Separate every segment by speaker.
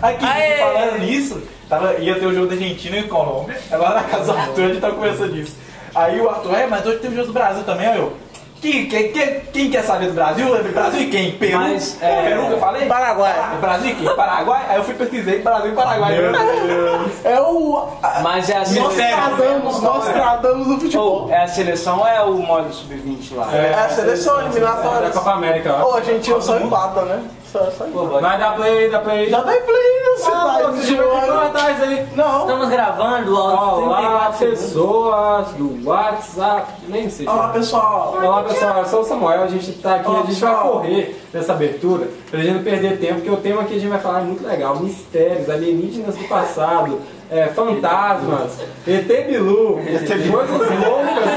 Speaker 1: Aqui,
Speaker 2: Aê!
Speaker 1: falando nisso, tava, ia ter o jogo da Argentina e Colômbia. É lá na casa do Arthur, a gente tava conversando disso. Aí o Arthur, é, mas hoje tem o jogo do Brasil também, aí eu. Quem, quem, quem, quem quer saber do Brasil? É do Brasil e quem? Peru?
Speaker 3: Mas, é,
Speaker 1: Peru que eu falei?
Speaker 4: Paraguai.
Speaker 1: Ah, Brasil e quem? Paraguai? Aí eu fui pesquisei Brasil e Paraguai. É o.
Speaker 3: Mas é a
Speaker 4: Nós
Speaker 3: seleção.
Speaker 4: tradamos, nós tradamos no
Speaker 3: Ou
Speaker 4: futebol.
Speaker 3: é a seleção ou é o modo sub-20 lá?
Speaker 4: É a seleção
Speaker 5: Da
Speaker 4: eliminatória.
Speaker 5: Copa América, ó.
Speaker 4: Ô, a gente eu só empata, né? Só, só empata.
Speaker 5: Vai dar play, dá play.
Speaker 4: Já tá em play, né?
Speaker 5: Ah,
Speaker 4: Você tá
Speaker 5: pô, você
Speaker 4: aí,
Speaker 5: vai ter que
Speaker 4: Joana.
Speaker 5: cortar isso aí.
Speaker 4: Não.
Speaker 2: Estamos gravando
Speaker 5: Olá,
Speaker 2: aos 34 segundos.
Speaker 5: pessoas do WhatsApp. Nem sei.
Speaker 4: Olá, pessoal.
Speaker 5: Olá pessoal, eu sou o Samuel, a gente tá aqui,
Speaker 4: Olá,
Speaker 5: a gente vai
Speaker 4: pessoal.
Speaker 5: correr nessa abertura pra gente não perder tempo, porque o tema que a gente vai falar é muito legal, mistérios, alienígenas do passado, é, fantasmas, ET Bilu, coisas loucas.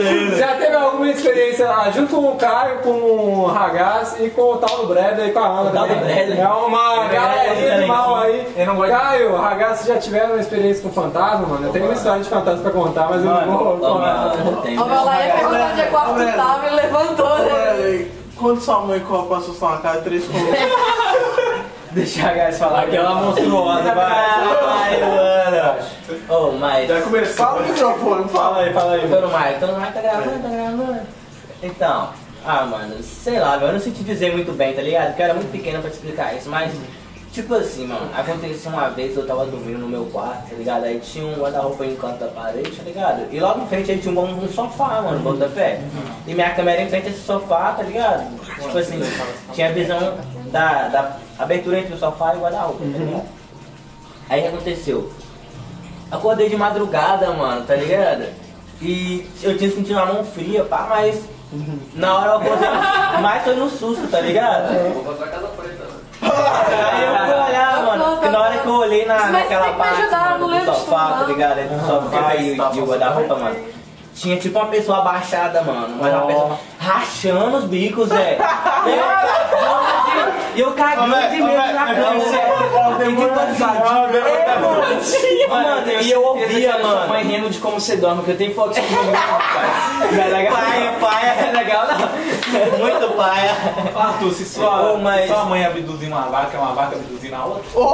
Speaker 5: e- Já teve alguma experiência ah, junto com o Caio, com o Ragaz e com o tal do Bradley e com a Ana.
Speaker 2: tal do
Speaker 5: também.
Speaker 2: Bradley.
Speaker 5: É uma galerinha de mal aí.
Speaker 1: Eu não gosto de-
Speaker 5: Caio, Ragaz, já tiveram uma experiência com fantasma, mano? Eu tenho uma história de fantasma pra contar, mas eu não
Speaker 1: Mano,
Speaker 5: vou
Speaker 2: Ó,
Speaker 5: contar.
Speaker 2: mano, tem
Speaker 6: O meu lá ia perguntar onde é quarto
Speaker 4: Aurélio.
Speaker 6: tava e levantou, né?
Speaker 4: Olha, Quando sua mãe coloca pra assustar uma cara, três colunas.
Speaker 3: Deixa a Gás falar.
Speaker 2: Aquela monstruosa, vai, vai, mano. Ô, mas.
Speaker 1: Já começou.
Speaker 4: Fala no microfone, fala.
Speaker 1: Fala aí, fala aí.
Speaker 2: Tô no Mario, tô no Mario, tá gravando, tá gravando. Então, ah, mano, sei lá, velho, eu não sei te dizer muito bem, tá ligado? Que eu era muito pequeno pra te explicar isso, mas, tipo assim, mano, aconteceu uma vez eu tava dormindo no meu quarto, tá ligado? Aí tinha um guarda-roupa em canto da parede, tá ligado? E logo em frente aí tinha um, um sofá, mano, bota fé. E minha cama era em frente a esse sofá, tá ligado? Tipo assim, tinha a visão da, da abertura entre o sofá e o guarda-roupa, tá ligado? Aí o que aconteceu? Acordei de madrugada, mano, tá ligado? E eu tinha sentido uma mão fria, pá, mas na hora eu acordei, mas foi no susto, tá ligado? Vou Aí eu fui
Speaker 6: Tá
Speaker 2: olhar, mano, porque na hora que eu olhei na,
Speaker 6: Mas
Speaker 2: naquela
Speaker 6: tem que me
Speaker 2: parte
Speaker 6: ajudar,
Speaker 2: mano,
Speaker 6: não lembro
Speaker 2: do
Speaker 6: disso,
Speaker 2: sofá, tá
Speaker 6: não. tá
Speaker 2: ligado? Entre o sofá e, e o guarda-roupa, mano. Tinha tipo uma pessoa abaixada, mano, mas uma pessoa rachando os bicos, velho. E eu caguei de
Speaker 6: é
Speaker 2: medo na cama, velho. E tipo assim, é, mano. Mano, e eu ouvia, mano.
Speaker 3: Mãe rindo de como você dorme, que eu tenho foto de mim, rapaz. Não é legal.
Speaker 2: Paia, paia, é legal não. Muito paia.
Speaker 1: Arthur, se sua,
Speaker 2: Ô,
Speaker 1: se
Speaker 2: mas-
Speaker 1: sua mãe abduzir uma vaca, é uma vaca abduzir na outra.
Speaker 3: Vou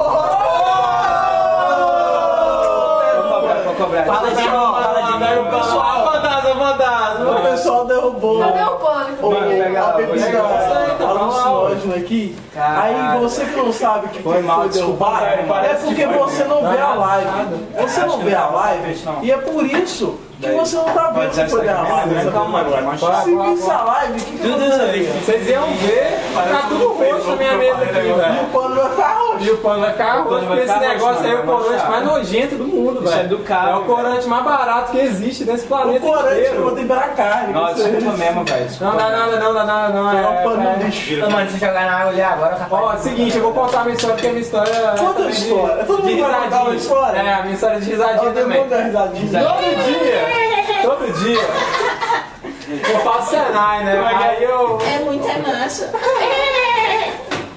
Speaker 3: cobrar, vou cobrar.
Speaker 2: Fala de mim, fala de mim. Pessoal,
Speaker 5: fantasma, fantasma.
Speaker 4: O pessoal derrubou.
Speaker 6: Cadê o pânico?
Speaker 4: Ô,
Speaker 5: legal,
Speaker 4: a bebida
Speaker 5: legal.
Speaker 4: alucinógena aqui.
Speaker 3: Caralho.
Speaker 4: Aí você que não sabe o que
Speaker 5: Foi
Speaker 4: foi,
Speaker 5: mal,
Speaker 4: foi
Speaker 5: desculpa,
Speaker 4: derrubado,
Speaker 5: velho,
Speaker 4: é
Speaker 5: parece que
Speaker 4: porque
Speaker 5: foi
Speaker 4: você não vê a live. Você não
Speaker 1: que
Speaker 4: vê
Speaker 1: não
Speaker 4: a
Speaker 1: tá
Speaker 4: live
Speaker 1: presente, não.
Speaker 4: e é por isso que você não tá vendo o que foi da live. sabe?
Speaker 5: né? Calma, mano.
Speaker 4: Se visse a live, o que que
Speaker 2: Tudo
Speaker 4: aconteceria?
Speaker 5: Vocês iam ver, tá tudo roxo na minha mesa aqui, velho.
Speaker 1: um
Speaker 4: O pano vai ficar roxo.
Speaker 5: E o pano vai ficar roxo, porque esse negócio aí é o corante mais nojento do mundo, velho.
Speaker 3: é do carro,
Speaker 5: É o corante mais barato que existe nesse
Speaker 4: O
Speaker 5: planeta
Speaker 4: corante que eu
Speaker 5: inteiro.
Speaker 4: botei pra cá.
Speaker 3: Não, desculpa mesmo, velho.
Speaker 5: Não, não, não, não, não, não, não.
Speaker 4: É um pano no
Speaker 5: é- é-
Speaker 4: lixo.
Speaker 2: mano, se jogar na água ali agora, tá capaz.
Speaker 5: Ó, é seguinte, eu vou contar a minha história, porque a minha história é
Speaker 4: Conta a
Speaker 5: também de-
Speaker 4: história. Todo
Speaker 5: de
Speaker 4: mundo vai contar
Speaker 5: risadinha.
Speaker 4: uma história?
Speaker 5: É, a minha história é de
Speaker 4: Eu
Speaker 5: risadinha
Speaker 4: dei
Speaker 5: também. é
Speaker 4: muita risadinha.
Speaker 5: Todo dia, todo dia. Eu faço Senai, né? Aí eu,
Speaker 6: É muito é massa.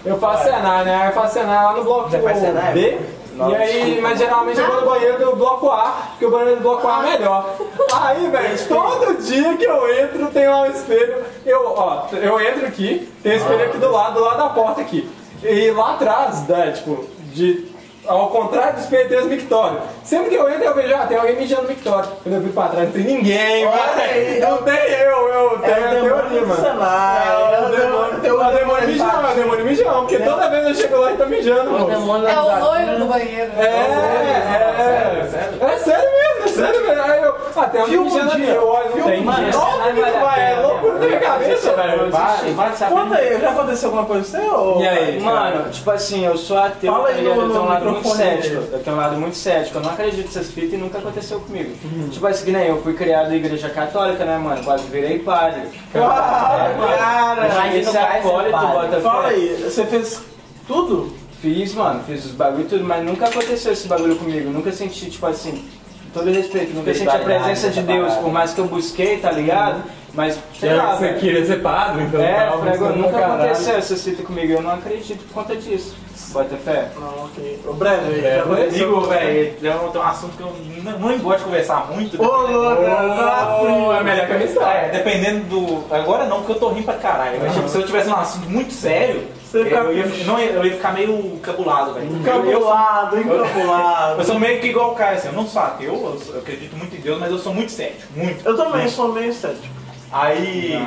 Speaker 5: eu faço Senai, né? Aí eu faço Senai lá no bloco
Speaker 2: faz Senai?
Speaker 5: B. E aí, mas geralmente eu vou no banheiro do bloco A, porque o banheiro do bloco A é melhor. Aí, velho, todo dia que eu entro, tem lá um espelho. Eu, ó, eu entro aqui, tem um espelho aqui do lado, do lado da porta aqui. E lá atrás, né, tipo, de. Ao contrário do espelho, tem os mictórios. Sempre que eu entro, eu vejo, ah, tem alguém mijando no mictório. Quando eu vi pra trás, não tem ninguém,
Speaker 4: Olha aí,
Speaker 5: velho. Não tem eu, eu
Speaker 4: É
Speaker 5: tenho
Speaker 4: o
Speaker 5: a teoria,
Speaker 4: demônio do
Speaker 5: mano.
Speaker 4: cenário.
Speaker 5: É o demônio,
Speaker 4: tem
Speaker 5: é o demônio mijão, é o demônio mijão, porque toda vez eu chego lá e tá mijando,
Speaker 2: O
Speaker 5: mano.
Speaker 2: demônio
Speaker 6: É
Speaker 2: vai
Speaker 6: o
Speaker 2: usar.
Speaker 6: loiro do banheiro.
Speaker 5: É, é, é sério mesmo, é sério mesmo. Aí eu, até um
Speaker 4: Filma um
Speaker 5: dia,
Speaker 4: dia,
Speaker 5: eu olho, não
Speaker 6: É
Speaker 5: tem
Speaker 3: um dia.
Speaker 5: mano, óbvio que não vai, é loucura na minha cabeça, velho.
Speaker 3: Vai, vai
Speaker 4: Conta
Speaker 3: saber.
Speaker 4: aí, já aconteceu alguma coisa com você? Ou...
Speaker 5: E aí?
Speaker 3: Mano, tipo assim, eu sou ateu,
Speaker 4: Fala
Speaker 3: tá
Speaker 4: aí
Speaker 3: ligado?
Speaker 4: no-
Speaker 3: eu tenho um
Speaker 4: no
Speaker 3: lado muito
Speaker 4: microfone dele.
Speaker 3: cético. Eu tenho um lado muito cético, eu não acredito nessas fitas e nunca aconteceu comigo. Tipo assim, que nem eu fui criado na igreja católica, né, mano? Quase virei padre. É,
Speaker 4: Ah,
Speaker 3: Cara,
Speaker 2: Mas
Speaker 3: esse
Speaker 2: não vai ser
Speaker 3: acólito,
Speaker 2: padre.
Speaker 3: bota
Speaker 4: Fala
Speaker 3: fé.
Speaker 4: aí, você fez tudo?
Speaker 3: Fiz, mano, fiz os bagulho e tudo, mas nunca aconteceu esse bagulho comigo. Nunca senti, tipo assim, todo respeito, nunca senti a
Speaker 2: Espiritualidade,
Speaker 3: presença de
Speaker 2: essa
Speaker 3: Deus,
Speaker 2: parada.
Speaker 3: por mais que eu busquei, tá ligado? Mas, sei
Speaker 5: Já
Speaker 3: lá,
Speaker 5: que você
Speaker 3: velho.
Speaker 5: queria ser padre, então
Speaker 3: É,
Speaker 5: tava
Speaker 3: Frego,
Speaker 5: buscando
Speaker 3: nunca
Speaker 5: pra caralho.
Speaker 3: aconteceu essa cita comigo, eu não acredito por conta disso. Bota fé.
Speaker 1: Não, ok. Ô, Breno,
Speaker 5: É,
Speaker 1: já
Speaker 5: mas-
Speaker 1: comigo, velho, tem um tem um assunto que eu não, não gosto de conversar muito.
Speaker 4: né? louco, tá
Speaker 5: Ô, é melhor que a minha
Speaker 1: É,
Speaker 5: história.
Speaker 1: dependendo do. Agora não, porque eu tô rindo pra caralho. Mas tipo, se eu tivesse um assunto muito sério,
Speaker 4: Você fica-
Speaker 1: eu ia, não, eu ia ficar meio cabulado, velho. Eu,
Speaker 4: Encabulado, encabulado.
Speaker 1: eu sou meio que igual o Caio, assim, eu não sou ateu, eu, sou- eu acredito muito em Deus, mas eu sou muito cético, muito.
Speaker 4: Eu também sou meio cético.
Speaker 1: Aí.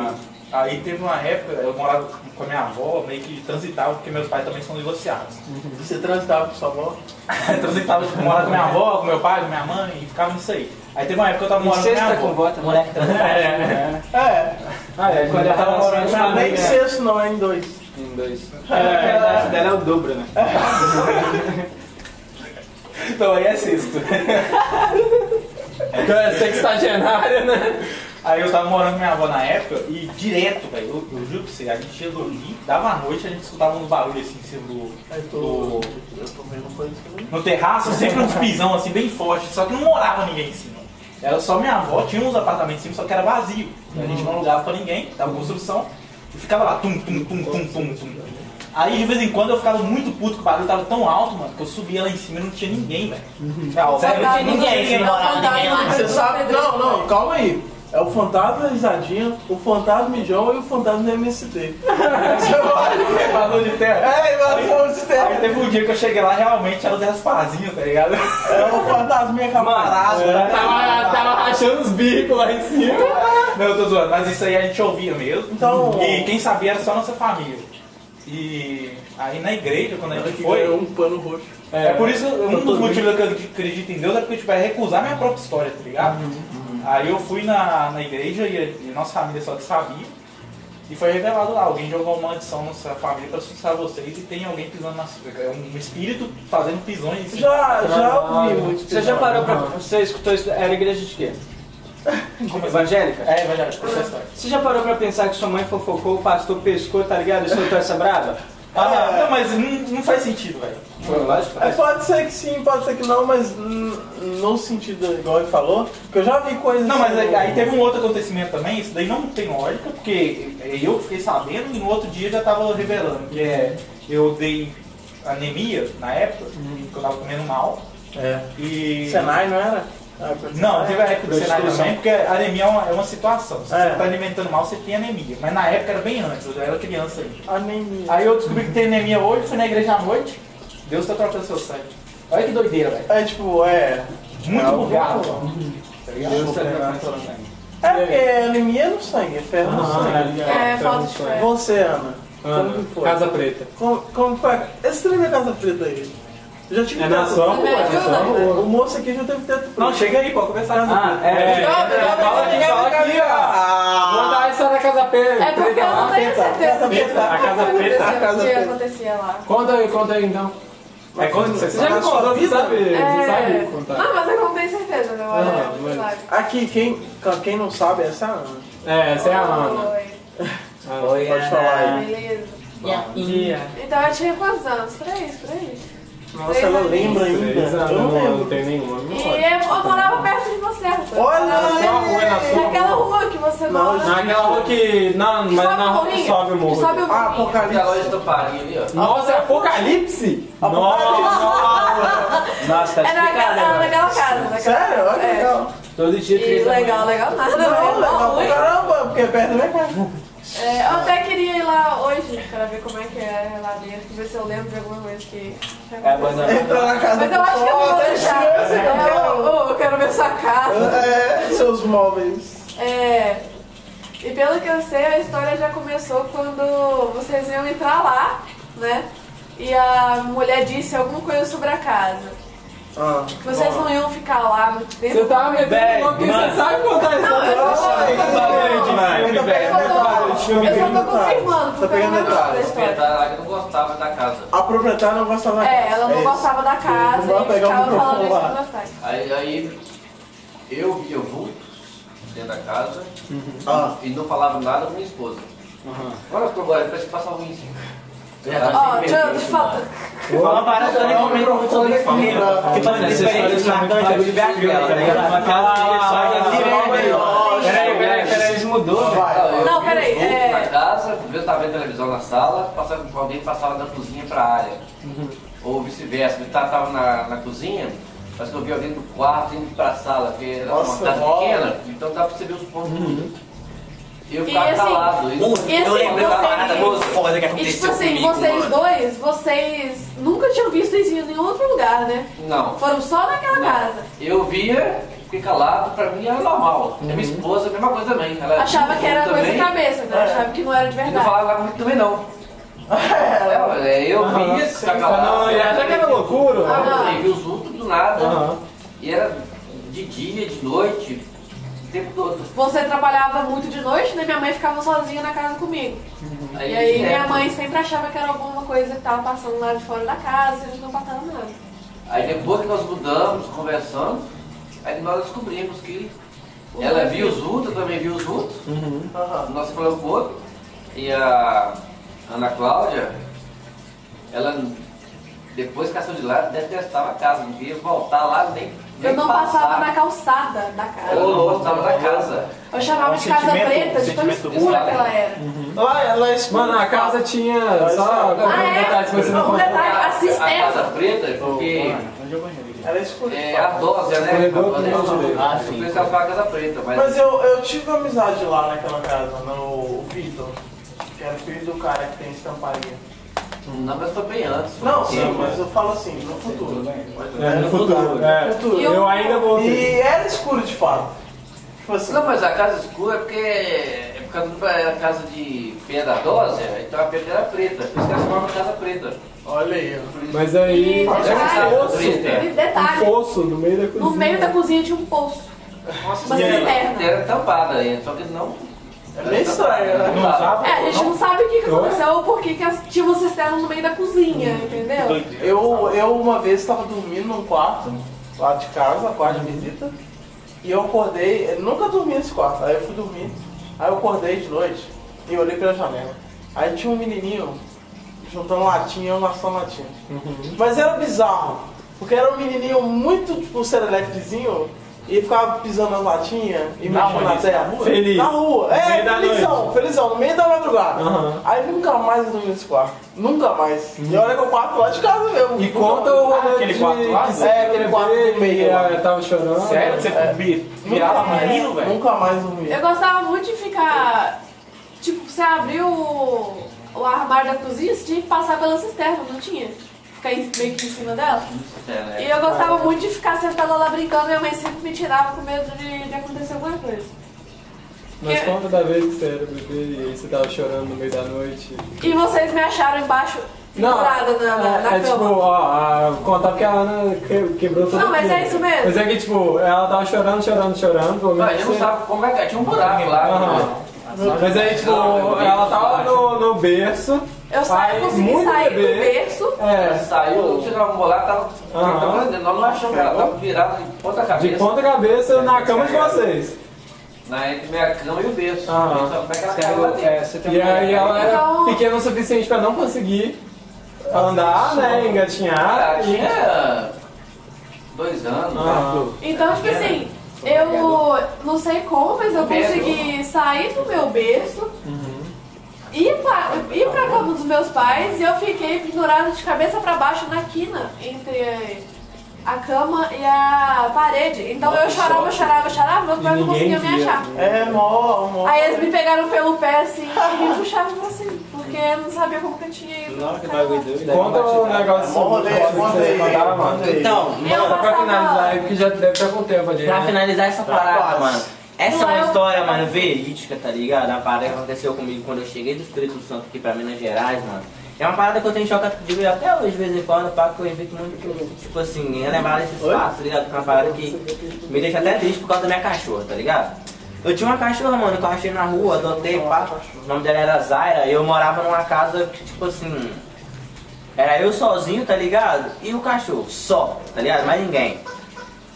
Speaker 1: Aí teve uma época, eu morava com a minha avó, meio que transitava, porque meus pais também são divorciados.
Speaker 4: Uhum. Você transitava com sua avó?
Speaker 1: transitava, tipo, morava com minha avó, com meu pai, com minha mãe, e ficava nisso aí. Aí teve uma época que eu tava morando com minha
Speaker 3: Sexta com
Speaker 1: avó.
Speaker 3: vota.
Speaker 2: Moleque transado.
Speaker 1: É,
Speaker 4: É,
Speaker 3: Ah, é, quando
Speaker 1: eu tava morando com minha
Speaker 4: nem
Speaker 1: mãe.
Speaker 4: em
Speaker 1: né?
Speaker 4: sexto não, é em dois.
Speaker 3: Em dois.
Speaker 1: É.
Speaker 3: A idade dela é o dobro, né?
Speaker 1: Então aí é sexto.
Speaker 5: Então é sextagenária, né?
Speaker 1: Aí eu tava morando com minha avó na época e direto, velho, eu, eu juro pra você, a gente ia dormir, dava a noite, a gente escutava uns barulhos assim em cima do.
Speaker 4: Eu tô,
Speaker 1: do-
Speaker 4: eu tô vendo coisa que eu não
Speaker 1: no terraço, sempre uns pisão assim, bem forte, só que não morava ninguém em cima. Era só minha avó, tinha uns apartamentos em cima, só que era vazio. A gente não alugava pra ninguém, tava em construção, e ficava lá, tum, tum, tum, tum, tum, tum. Aí de vez em quando eu ficava muito puto, que o barulho tava tão alto, mano, que eu subia lá em cima e não tinha ninguém, velho. Sério, não tinha ninguém, ninguém
Speaker 6: Não,
Speaker 1: morava.
Speaker 6: é fantasma,
Speaker 2: ninguém lá.
Speaker 6: não,
Speaker 4: Você sabe? Não,
Speaker 6: pedreiro,
Speaker 4: não, calma aí. É o fantasma risadinha, o fantasma mijão e o fantasma MST.
Speaker 1: Barulho de terra.
Speaker 4: É, invasão de
Speaker 1: Aí
Speaker 4: terra.
Speaker 1: teve um dia que eu cheguei lá, realmente era o Raspazinho, tá ligado?
Speaker 4: É o fantasminha camarada. né?
Speaker 5: Tava, tava rachando os bicos lá em cima.
Speaker 1: Não, eu tô zoando, mas isso aí a gente ouvia mesmo.
Speaker 4: Então-
Speaker 1: E quem sabia era só nossa família. E aí na igreja, quando a gente
Speaker 4: Que
Speaker 1: foi.
Speaker 4: ganhou um pano roxo.
Speaker 1: É, por isso, um dos motivos que eu acredito em Deus é porque tipo, é recusar minha própria história, tá
Speaker 4: Uhum,
Speaker 1: ligado? Aí eu fui na, na igreja e, e nossa família só que sabia. E foi revelado lá, alguém jogou uma maldição na sua família pra assustar vocês e tem alguém pisando na sua. É um espírito fazendo pisões.
Speaker 4: Já, já ouvi muito.
Speaker 3: Você já parou pra. Você escutou isso? Era igreja de quê? Evangélica?
Speaker 1: É, vai já, história.
Speaker 3: Você já parou pra pensar que sua mãe fofocou, o pastor pescou, tá ligado? E soltou essa brava?
Speaker 1: Ah, não, mas não, não faz sentido, velho.
Speaker 3: Foi lógico.
Speaker 4: É, pode ser que sim, pode ser que não, mas hum, no sentido igual ele falou, porque eu já vi coisas.
Speaker 1: Não, mas aí,
Speaker 4: assim,
Speaker 1: aí teve um outro acontecimento também, isso daí não tem lógica, porque eu fiquei sabendo e no outro dia já tava revelando, que é, eu dei anemia na época, que eu tava comendo mal,
Speaker 4: Uhum. É.
Speaker 1: e...
Speaker 4: Senai não era? Ah,
Speaker 1: Não, teve a época do
Speaker 4: Da
Speaker 1: Senai
Speaker 4: instituição.
Speaker 1: também, porque anemia é uma, é uma situação, se
Speaker 4: É.
Speaker 1: você tá alimentando mal, você tem anemia, mas na época era bem antes, eu já era criança
Speaker 4: Uhum.
Speaker 1: ainda.
Speaker 4: é Anemia.
Speaker 1: Aí eu descobri que tem anemia hoje, fui na igreja à noite, Deus tá trocando seu sangue. Olha que doideira, velho.
Speaker 4: É tipo, é.
Speaker 1: Muito
Speaker 4: É,
Speaker 1: bugado,
Speaker 4: eu-
Speaker 1: tá ligado?
Speaker 4: Deus tá
Speaker 1: trocando
Speaker 4: trocando
Speaker 1: seu sangue.
Speaker 4: É porque anemia é no sangue, é ferro
Speaker 5: Ah,
Speaker 4: no sangue.
Speaker 6: É, falta de fé.
Speaker 4: Você, Ana,
Speaker 5: Ana,
Speaker 4: como que foi?
Speaker 5: Ah, Casa Preta.
Speaker 4: Como, como foi? Esse trem da Casa Preta aí. Eu já tive
Speaker 5: É
Speaker 4: teto
Speaker 5: na só
Speaker 4: preto.
Speaker 6: Me ajuda.
Speaker 4: né? O moço aqui já teve teto preto.
Speaker 1: Não, chega aí, pode conversar.
Speaker 3: Ah, é.
Speaker 6: Joga, joga,
Speaker 5: Fala aqui,
Speaker 6: joga,
Speaker 5: fala aqui, ó. Vou dar essa na Casa Preta.
Speaker 6: É porque eu não tenho certeza do que
Speaker 5: Preta, a Casa Preta.
Speaker 4: A
Speaker 6: acontecia-
Speaker 4: Casa
Speaker 6: o que
Speaker 4: Preta.
Speaker 6: Um acontecia lá.
Speaker 5: Conta aí, conta aí então.
Speaker 1: É quando você
Speaker 5: Você já me contou, você sabe, você sabe contar.
Speaker 6: É. Não, mas eu não tenho certeza, não.
Speaker 5: Ah,
Speaker 6: Olha,
Speaker 5: mas-
Speaker 6: milagre.
Speaker 4: Aqui, quem, quem não sabe, essa é a Ana.
Speaker 5: É, essa é a Ana.
Speaker 6: Oi,
Speaker 5: Oi.
Speaker 4: Pode falar aí.
Speaker 6: beleza.
Speaker 3: Dia.
Speaker 6: Então eu tinha quantos anos? Três, por aí.
Speaker 4: Nossa, ela lembra ainda.
Speaker 5: Três anos,
Speaker 4: Eu não
Speaker 5: não, não
Speaker 4: lembro.
Speaker 5: tem nenhuma.
Speaker 6: E eu, eu morava perto de você, Arthur.
Speaker 4: Olha!
Speaker 5: Só a rua na sua
Speaker 6: Naquela rua que você
Speaker 4: Não, é
Speaker 6: mora.
Speaker 5: Naquela rua que. Não, mas
Speaker 6: Sobe
Speaker 5: na
Speaker 6: o
Speaker 5: rua que
Speaker 6: morrinho.
Speaker 5: sobe
Speaker 6: Sobe
Speaker 5: o morro.
Speaker 6: o
Speaker 4: Ah,
Speaker 6: morrinho.
Speaker 2: Da
Speaker 4: Apocalipse.
Speaker 2: loja Tá do Parinho ali, ó.
Speaker 5: Nossa, é Apocalipse? Nossa!
Speaker 6: É
Speaker 3: Nossa, tá
Speaker 6: Era naquela,
Speaker 3: explicado
Speaker 6: era
Speaker 3: agora.
Speaker 6: naquela casa. Naquela
Speaker 4: Sério? Olha que
Speaker 6: É.
Speaker 4: legal.
Speaker 3: Todo dia
Speaker 6: E
Speaker 3: três da manhã.
Speaker 6: legal, legal nada.
Speaker 4: Não,
Speaker 6: né?
Speaker 4: legal
Speaker 6: Ruim.
Speaker 4: pra caramba, porque é perto da minha casa.
Speaker 6: É, eu até queria ir lá hoje pra ver como é que é lá dentro, ver se eu lembro de alguma coisa que. que
Speaker 3: É
Speaker 6: aconteceu.
Speaker 3: abandonado.
Speaker 4: Entrar na casa
Speaker 6: Mas
Speaker 4: do
Speaker 6: eu acho que eu
Speaker 4: pessoal,
Speaker 6: vou
Speaker 4: até
Speaker 6: deixar.
Speaker 4: criança que eu
Speaker 6: É,
Speaker 4: quero.
Speaker 6: eu, eu quero ver sua casa.
Speaker 4: É, seus móveis.
Speaker 6: É. E pelo que eu sei, a história já começou quando vocês iam entrar lá, né? E a mulher disse alguma coisa sobre a casa.
Speaker 4: Ah,
Speaker 6: Que Vocês não iam ficar lá muito
Speaker 5: Você
Speaker 6: tempo.
Speaker 5: tá metendo louco, você sabe contar isso?
Speaker 6: Não, eu só tô, eu só
Speaker 5: é
Speaker 4: Muito
Speaker 6: tô-
Speaker 5: né,
Speaker 6: eu só tô- eu só tô confirmando,
Speaker 4: Tá
Speaker 6: porque eu não
Speaker 4: pegando
Speaker 6: lembro da
Speaker 4: detalhes.
Speaker 6: história.
Speaker 2: Tá lá que eu não gostava da casa.
Speaker 4: a proprietária não gosta da
Speaker 6: É, ela não
Speaker 4: isso.
Speaker 6: gostava da casa
Speaker 4: Não vai
Speaker 6: e
Speaker 4: pegar o
Speaker 6: ficava falando
Speaker 4: microfone
Speaker 6: isso
Speaker 4: lá.
Speaker 6: pra bastante.
Speaker 2: Aí, aí eu via vultos dentro da casa
Speaker 4: Ah.
Speaker 2: e não falava nada com minha esposa. Agora ficou agora, parece que passa ruim.
Speaker 7: assim.
Speaker 2: Tá
Speaker 6: Ó, deixa eu te falar.
Speaker 2: Fala parada, eu nem comento muito sobre
Speaker 1: Que
Speaker 2: isso.
Speaker 8: Tipo assim,
Speaker 1: fazem diferença marcante, eu de BH,
Speaker 2: Ela, né?
Speaker 1: Aquela
Speaker 8: é
Speaker 5: Aquela-
Speaker 1: só
Speaker 5: Peraí, peraí, peraí.
Speaker 3: mudou, velho.
Speaker 7: Vai,
Speaker 6: Não,
Speaker 7: eu
Speaker 6: peraí,
Speaker 7: vi o jogo
Speaker 6: é-
Speaker 7: Pra casa, eu tava vendo televisão na sala, passava com alguém passava da cozinha pra área.
Speaker 4: Uhum.
Speaker 7: Ou vice-versa, eu tava tava na, na cozinha, mas que eu vi alguém do quarto indo pra sala, porque era uma
Speaker 4: Nossa, Uhum.
Speaker 7: casa
Speaker 4: rola.
Speaker 7: pequena, então dá pra você ver os pontos tudo. E eu
Speaker 6: E
Speaker 7: ficava
Speaker 6: assim,
Speaker 7: calado. e-
Speaker 6: e assim,
Speaker 8: eu lembrei uma
Speaker 6: vocês-
Speaker 8: parada muito foda que
Speaker 6: E
Speaker 8: aconteceu
Speaker 6: tipo assim,
Speaker 8: comigo,
Speaker 6: vocês
Speaker 8: mano.
Speaker 6: dois, vocês nunca tinham visto isso em nenhum outro lugar, né?
Speaker 7: Não.
Speaker 6: Foram só naquela casa.
Speaker 7: Eu via, fiquei calado, pra mim era normal. A minha esposa, a mesma coisa também. Ela
Speaker 6: Achava que era coisa
Speaker 7: também,
Speaker 6: da cabeça, né? Achava que não era de
Speaker 7: E não
Speaker 6: verdade.
Speaker 7: falava muito também não. É, é, eu via, ficava calado.
Speaker 3: Não, e
Speaker 5: é.
Speaker 3: até que era loucura.
Speaker 7: Ah,
Speaker 6: Aham.
Speaker 7: eu vi os outros do nada. E era de dia, de noite, o tempo todo.
Speaker 6: Você trabalhava muito de noite, né? Minha mãe ficava sozinha na casa comigo. E aí
Speaker 7: né,
Speaker 6: minha mãe sempre achava que era alguma coisa que tava passando lá de fora da casa, e eles não passaram nada.
Speaker 7: Aí depois que nós mudamos, conversamos, aí nós descobrimos que
Speaker 6: O
Speaker 7: ela
Speaker 6: Lúcio.
Speaker 7: viu os outros, eu também viu os outros.
Speaker 4: Uhum.
Speaker 7: Nós falamos com o outro. E a Ana Cláudia, ela depois que ela saiu de lá, detestava a casa, não queria voltar lá nem.
Speaker 6: Eu
Speaker 7: nem
Speaker 6: não passava
Speaker 7: passar.
Speaker 6: na calçada da
Speaker 7: Ela
Speaker 6: casa.
Speaker 7: não gostava da casa.
Speaker 6: Eu chamava
Speaker 3: É um
Speaker 6: de casa
Speaker 3: sentimento-
Speaker 6: preta, de tão
Speaker 3: sentimento
Speaker 6: escura
Speaker 7: bom.
Speaker 6: que ela era.
Speaker 4: Lá, ela é escura.
Speaker 5: Mano, a casa tinha. Só
Speaker 6: Ah,
Speaker 5: contando detalhes um que você
Speaker 6: é?
Speaker 5: não
Speaker 6: Um
Speaker 5: contou.
Speaker 6: detalhe, a
Speaker 7: A
Speaker 6: cisterna.
Speaker 7: casa preta, porque
Speaker 4: Ela é escura.
Speaker 7: é a dose, né? A
Speaker 5: Corredor
Speaker 7: dose
Speaker 5: do meu
Speaker 7: é
Speaker 5: direito.
Speaker 7: Eu
Speaker 8: Ah,
Speaker 7: conheço a casa preta, mas.
Speaker 4: Mas eu, eu tive amizade lá naquela casa, no o Vitor, que era filho do cara que tem estamparia.
Speaker 7: Não, mas foi bem antes.
Speaker 4: Não, sim, mas eu falo assim, no futuro.
Speaker 3: É, no futuro.
Speaker 5: É.
Speaker 4: Futuro.
Speaker 6: um
Speaker 5: Eu ainda vou.
Speaker 4: E era escuro de fato. Tipo assim,
Speaker 7: Não, mas a casa escura é porque é por causa da era casa de pedra da dose, então a pedra era preta. Por isso que ela chamava casa preta.
Speaker 4: olha aí. ó.
Speaker 5: Mas aí.
Speaker 6: E
Speaker 7: Mas
Speaker 5: É
Speaker 7: essa
Speaker 5: um
Speaker 6: detalhe,
Speaker 5: poço,
Speaker 7: preta.
Speaker 5: cara.
Speaker 6: e
Speaker 5: Um
Speaker 6: detalhe,
Speaker 5: poço no meio da cozinha.
Speaker 6: no meio da cozinha tinha um poço.
Speaker 7: Nossa,
Speaker 6: Uma cisterna.
Speaker 7: Era tampada aí, só que não.
Speaker 4: É meio estranho, né?
Speaker 7: Não usava?
Speaker 6: É, a gente não sabe o que, que aconteceu ou por que, que as- tinha uma cisterna no meio da cozinha, entendeu?
Speaker 4: Eu, eu uma vez estava dormindo num quarto, lá de casa, quarto de visita, e eu acordei, eu nunca dormi nesse quarto, aí eu fui dormir, aí eu acordei de noite e olhei pela janela. Aí tinha um menininho juntando latinha, eu amassando latinha.
Speaker 5: Uhum.
Speaker 4: Mas era bizarro, porque era um menininho muito, tipo, serelepezinho, e ficava pisando nas latinhas e mexendo na terra.
Speaker 3: Feliz.
Speaker 4: Na rua, é,
Speaker 3: meio da
Speaker 4: felizão, felizão, no meio da madrugada. Aí nunca mais eu dormi nesse quarto, nunca mais. E olha que eu quarto lá de casa mesmo.
Speaker 5: Uhum. E conta o rolê
Speaker 3: aquele
Speaker 5: de-
Speaker 3: quarto lá?
Speaker 5: que
Speaker 4: É, aquele quarto
Speaker 5: teve,
Speaker 4: do meio
Speaker 5: que
Speaker 4: lá.
Speaker 5: ela tava chorando.
Speaker 3: Sério? Você vi- virava marino, velho?
Speaker 4: Nunca mais um É dormi.
Speaker 6: Eu gostava muito de ficar. Tipo, você abriu o, o armário da cozinha, você tinha que passar pela cisterna, não tinha? Ficar em- meio que em cima dela.
Speaker 7: É, né?
Speaker 6: E eu gostava muito de ficar sentada lá brincando, minha mãe sempre me tirava com medo de, de acontecer alguma coisa.
Speaker 5: Mas
Speaker 6: Que-
Speaker 5: conta da vez que você era bebê e aí você tava chorando no meio da noite.
Speaker 6: E vocês me acharam embaixo, pendurada na, na, na
Speaker 5: é, é tipo,
Speaker 6: cama.
Speaker 5: ó, a- contar porque a Ana que- quebrou todo
Speaker 6: Não, mas é isso mesmo.
Speaker 5: Mas é que, tipo, ela tava chorando, chorando, chorando. Pelo
Speaker 7: Não,
Speaker 5: menos
Speaker 7: a gente não
Speaker 5: você-
Speaker 7: sabe como é que é. Tinha um buraco lá. né?
Speaker 5: Aham. Mas aí, tipo, ela tava no, no berço.
Speaker 6: Eu
Speaker 5: aí,
Speaker 6: saí, consegui
Speaker 5: tipo, muito
Speaker 6: sair do
Speaker 5: bebê.
Speaker 6: berço.
Speaker 7: Ela
Speaker 5: É,
Speaker 7: Saiu, chegava um bolado, tava.
Speaker 5: Aham.
Speaker 7: tava prendendo, Nós não achamos ela, tava virada de ponta
Speaker 5: de
Speaker 7: cabeça.
Speaker 5: ponta cabeça na cama de vocês.
Speaker 7: Na entre minha cama e o berço.
Speaker 5: Aham.
Speaker 7: A gente sabe como é que ela caiu lá dentro.
Speaker 5: E aí ela
Speaker 6: Então-
Speaker 5: era pequena o suficiente pra não conseguir andar, né, engatinhar.
Speaker 7: Ela
Speaker 5: e-
Speaker 7: tinha dois anos.
Speaker 5: Aham.
Speaker 6: Então, tipo assim, eu não sei como, mas eu consegui sair do meu berço,
Speaker 5: Uhum.
Speaker 6: ir, pra, ir pra cama dos meus pais e eu fiquei pendurada de cabeça pra baixo na quina, entre a cama e a parede. Então eu chorava, chorava, chorava, meus pais não
Speaker 5: ninguém
Speaker 6: conseguiam me
Speaker 5: via,
Speaker 6: achar.
Speaker 4: É, mó, mó.
Speaker 6: Aí eles me pegaram pelo pé assim e me puxavam pra cima, porque eu não sabia como que eu tinha ido.
Speaker 3: Não, que
Speaker 5: tá
Speaker 3: bagulho doido.
Speaker 5: Conta o negócio.
Speaker 4: Mó rolê,
Speaker 5: que assim, você
Speaker 4: rolê,
Speaker 5: contava, mano.
Speaker 4: rolê.
Speaker 8: Então,
Speaker 6: Eu
Speaker 8: mano,
Speaker 5: Pra finalizar
Speaker 6: passava.
Speaker 5: aí, É porque já deve estar com tempo ali.
Speaker 2: Pra
Speaker 5: né?
Speaker 2: finalizar essa parada,
Speaker 4: quase.
Speaker 2: mano. Essa é
Speaker 6: Não,
Speaker 2: uma
Speaker 6: eu-
Speaker 2: história, mano, verídica, tá ligado? A parada que aconteceu comigo quando eu cheguei do Espírito Santo aqui pra Minas Gerais, mano. É uma parada que eu tenho choque digo, até hoje, de vez em quando, pá, que eu evito muito, que eu, tipo assim, relembrar esses fatos, tá ligado? Que é uma parada que me deixa até triste por causa da minha cachorra, tá ligado? Eu tinha uma cachorra, mano, que eu achei na rua, adotei, pá. O nome dela era Zaira, e eu morava numa casa que, tipo assim, era eu sozinho, tá ligado? E o cachorro, só, tá ligado? Mais ninguém.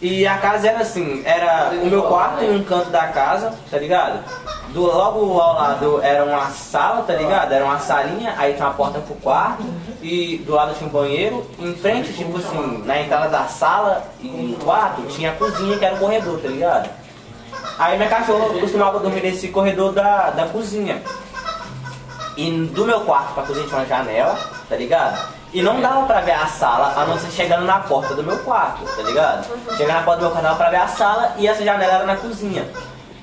Speaker 2: E a casa era assim, era o meu quarto em um canto da casa, tá ligado? Do, logo ao lado era uma sala, tá ligado? Era uma salinha, aí tinha uma porta pro quarto, e do lado tinha um banheiro, em frente, tipo assim, na entrada da sala e no quarto, tinha a cozinha que era o corredor, tá ligado? Aí minha cachorra costumava dormir nesse corredor da, da cozinha. E do meu quarto pra cozinha tinha uma janela, tá ligado? E não dava pra ver a sala, a não ser chegando na porta do meu quarto, tá ligado? Chegando na porta do meu quarto dava pra ver a sala e essa janela era na cozinha.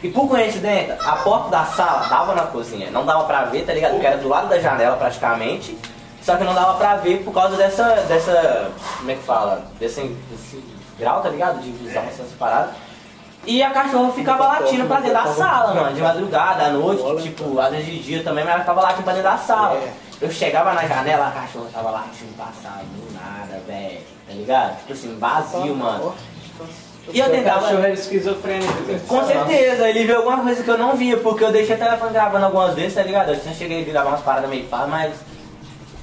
Speaker 2: E por coincidência, a porta da sala dava na cozinha. Não dava pra ver, tá ligado? Porque era do lado da janela praticamente. Só que não dava pra ver por causa dessa. dessa. como é que fala? Desse, desse grau, tá ligado? De visão essas paradas. E a cachorra ficava latindo pra dentro da sala, mano. De madrugada, à noite, tipo, às vezes de dia também, mas ela ficava latindo pra dentro da sala. Eu chegava na janela, a cachorra tava latindo pra sala, do nada, velho. Tá ligado? Tipo assim, vazio, mano. E eu
Speaker 3: Seu
Speaker 2: tentava.
Speaker 3: cachorro é esquizofrênico. gente.
Speaker 2: Com certeza, ele viu alguma coisa que eu não via, porque eu deixei o telefone gravando algumas vezes, tá ligado? Eu já cheguei a gravar umas paradas meio pá, mas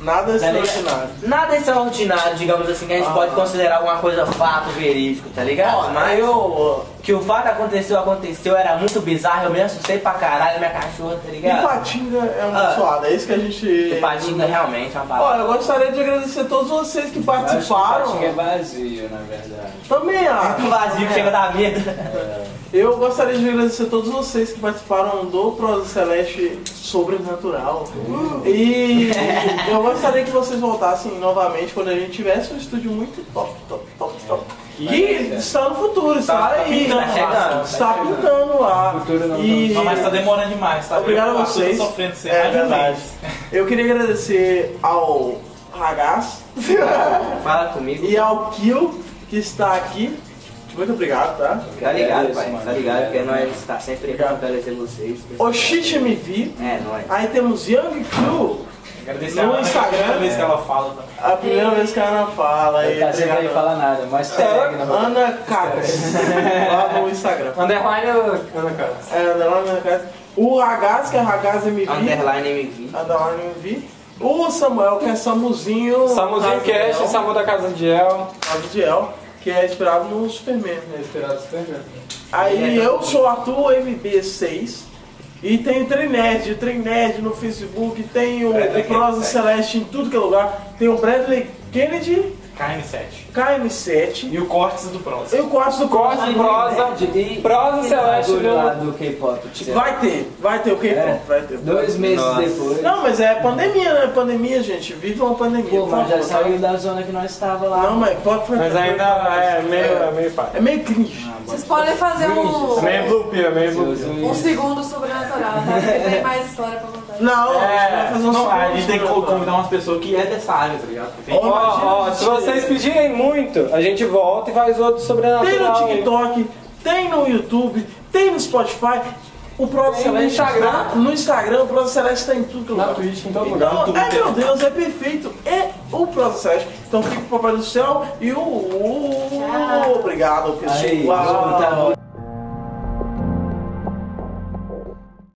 Speaker 4: Nada
Speaker 2: Tá ligado?
Speaker 4: extraordinário.
Speaker 2: nada extraordinário, digamos assim, que a gente pode considerar alguma coisa fato verídico, tá ligado? mas
Speaker 4: eu.
Speaker 2: que o fato aconteceu, aconteceu, era muito bizarro, eu me assustei pra caralho, minha cachorra, tá ligado?
Speaker 4: Ipatinga é um
Speaker 2: Ah.
Speaker 4: suado, é isso que a gente.
Speaker 2: Ipatinga realmente é uma
Speaker 4: Ó,
Speaker 2: parada.
Speaker 4: eu gostaria de agradecer a todos vocês que
Speaker 3: Eu acho que o
Speaker 4: participaram.
Speaker 3: patinho é vazio, na verdade.
Speaker 4: Também ah. acho.
Speaker 2: Um vazio que chega da medo.
Speaker 4: Eu gostaria de agradecer a todos vocês que participaram do Prosa Celeste Sobrenatural.
Speaker 2: Uh.
Speaker 4: E eu gostaria que vocês voltassem novamente quando a gente tivesse um estúdio muito top, top, top, top. E está no futuro, está aí.
Speaker 2: pintando, tá chegando,
Speaker 4: Está pintando lá.
Speaker 3: Futuro não,
Speaker 4: E
Speaker 1: Não, mas tá demorando demais, tá?
Speaker 4: Obrigado a
Speaker 1: Eu tô
Speaker 4: vocês.
Speaker 1: sofrendo, você
Speaker 4: É
Speaker 1: mais um
Speaker 4: verdade.
Speaker 1: mês.
Speaker 4: eu queria agradecer ao Ragaz
Speaker 2: Fala comigo.
Speaker 4: e ao Kill que está aqui. Muito obrigado, tá?
Speaker 2: Tá ligado, pai?
Speaker 3: mano.
Speaker 2: Tá ligado? Porque nós tá sempre fortalecendo vocês.
Speaker 4: O me vi.
Speaker 2: É, nós.
Speaker 4: Aí temos Young Crew,
Speaker 1: Agradecer
Speaker 4: No
Speaker 1: a Ana, que é a
Speaker 4: Instagram,
Speaker 1: primeira vez que ela fala também.
Speaker 4: a primeira vez que a Ana fala.
Speaker 3: Tá
Speaker 4: aí,
Speaker 3: sem
Speaker 4: obrigado.
Speaker 3: querer falar nada,
Speaker 2: É,
Speaker 3: mas tá aqui na boca.
Speaker 4: Ana Cacas, lá no Instagram.
Speaker 5: Underline Ana Carlos.
Speaker 4: É, underline Ana Cacas. O Ragaz, que é Ragaz MV.
Speaker 2: Underline MV.
Speaker 4: Underline MV. O Samuel, que é Samuzinho.
Speaker 5: Samuzinho
Speaker 4: Raziel,
Speaker 5: Cash, Samu da Casa de El.
Speaker 4: Raziel, que é inspirado no Superman. né?
Speaker 5: Esperado Superman.
Speaker 4: Aí
Speaker 3: É, tá.
Speaker 4: eu sou o Arthur MB6. E tem o Trinerd, o Trinerd no Facebook, tem o, o Prosa Celeste em tudo que é lugar, tem o Bradley Kennedy,
Speaker 1: KN7.
Speaker 4: KM7,
Speaker 1: E o cortes do próximo.
Speaker 4: eu gosto do Costa.
Speaker 5: Corte, prosa, prosa celeste
Speaker 3: Bagulho lá
Speaker 5: do...
Speaker 3: do K-pop. sei lá.
Speaker 4: Tipo, Vai ter, vai ter o que?
Speaker 3: É.
Speaker 4: Vai ter.
Speaker 3: Dois meses depois.
Speaker 4: Não, mas é pandemia, né? Pandemia, gente. Viva uma pandemia.
Speaker 3: Pô, mas já
Speaker 4: por favor.
Speaker 3: saiu da zona que nós estava lá.
Speaker 4: Não, mas pode fazer.
Speaker 5: Mas ainda é meio, é meio pá.
Speaker 4: É meio cringe.
Speaker 6: Vocês podem fazer
Speaker 5: É
Speaker 6: um,
Speaker 5: meio blue pill, é meio blue pill.
Speaker 6: um
Speaker 3: Jesus.
Speaker 6: segundo sobrenatural, tá? Porque tem mais história pra contar.
Speaker 4: Não, a gente vai
Speaker 1: É,
Speaker 4: fazer um
Speaker 1: não, a
Speaker 4: segundo
Speaker 1: gente tem que
Speaker 4: programa.
Speaker 1: convidar umas pessoas que é dessa área, tá ligado? Porque Tem
Speaker 4: Ó,
Speaker 5: Ó, ó, se vocês pedirem muito, a gente volta e faz outro
Speaker 4: Tem no
Speaker 5: sobrenatural.
Speaker 4: TikTok, tem no YouTube, tem no Spotify. O Prosa
Speaker 5: Tem no
Speaker 4: Celeste
Speaker 5: Instagram.
Speaker 4: está no Instagram, o Prosa Celeste está em tudo que é
Speaker 5: Na
Speaker 4: lugar.
Speaker 5: Twitch, em todo lugar.
Speaker 4: Então,
Speaker 1: tudo
Speaker 4: ai
Speaker 1: que é.
Speaker 4: meu Deus, é perfeito. É o Prosa Celeste. Então fica o Papai do Céu e o. Obrigado, pessoal.
Speaker 3: Aí, escuta a música.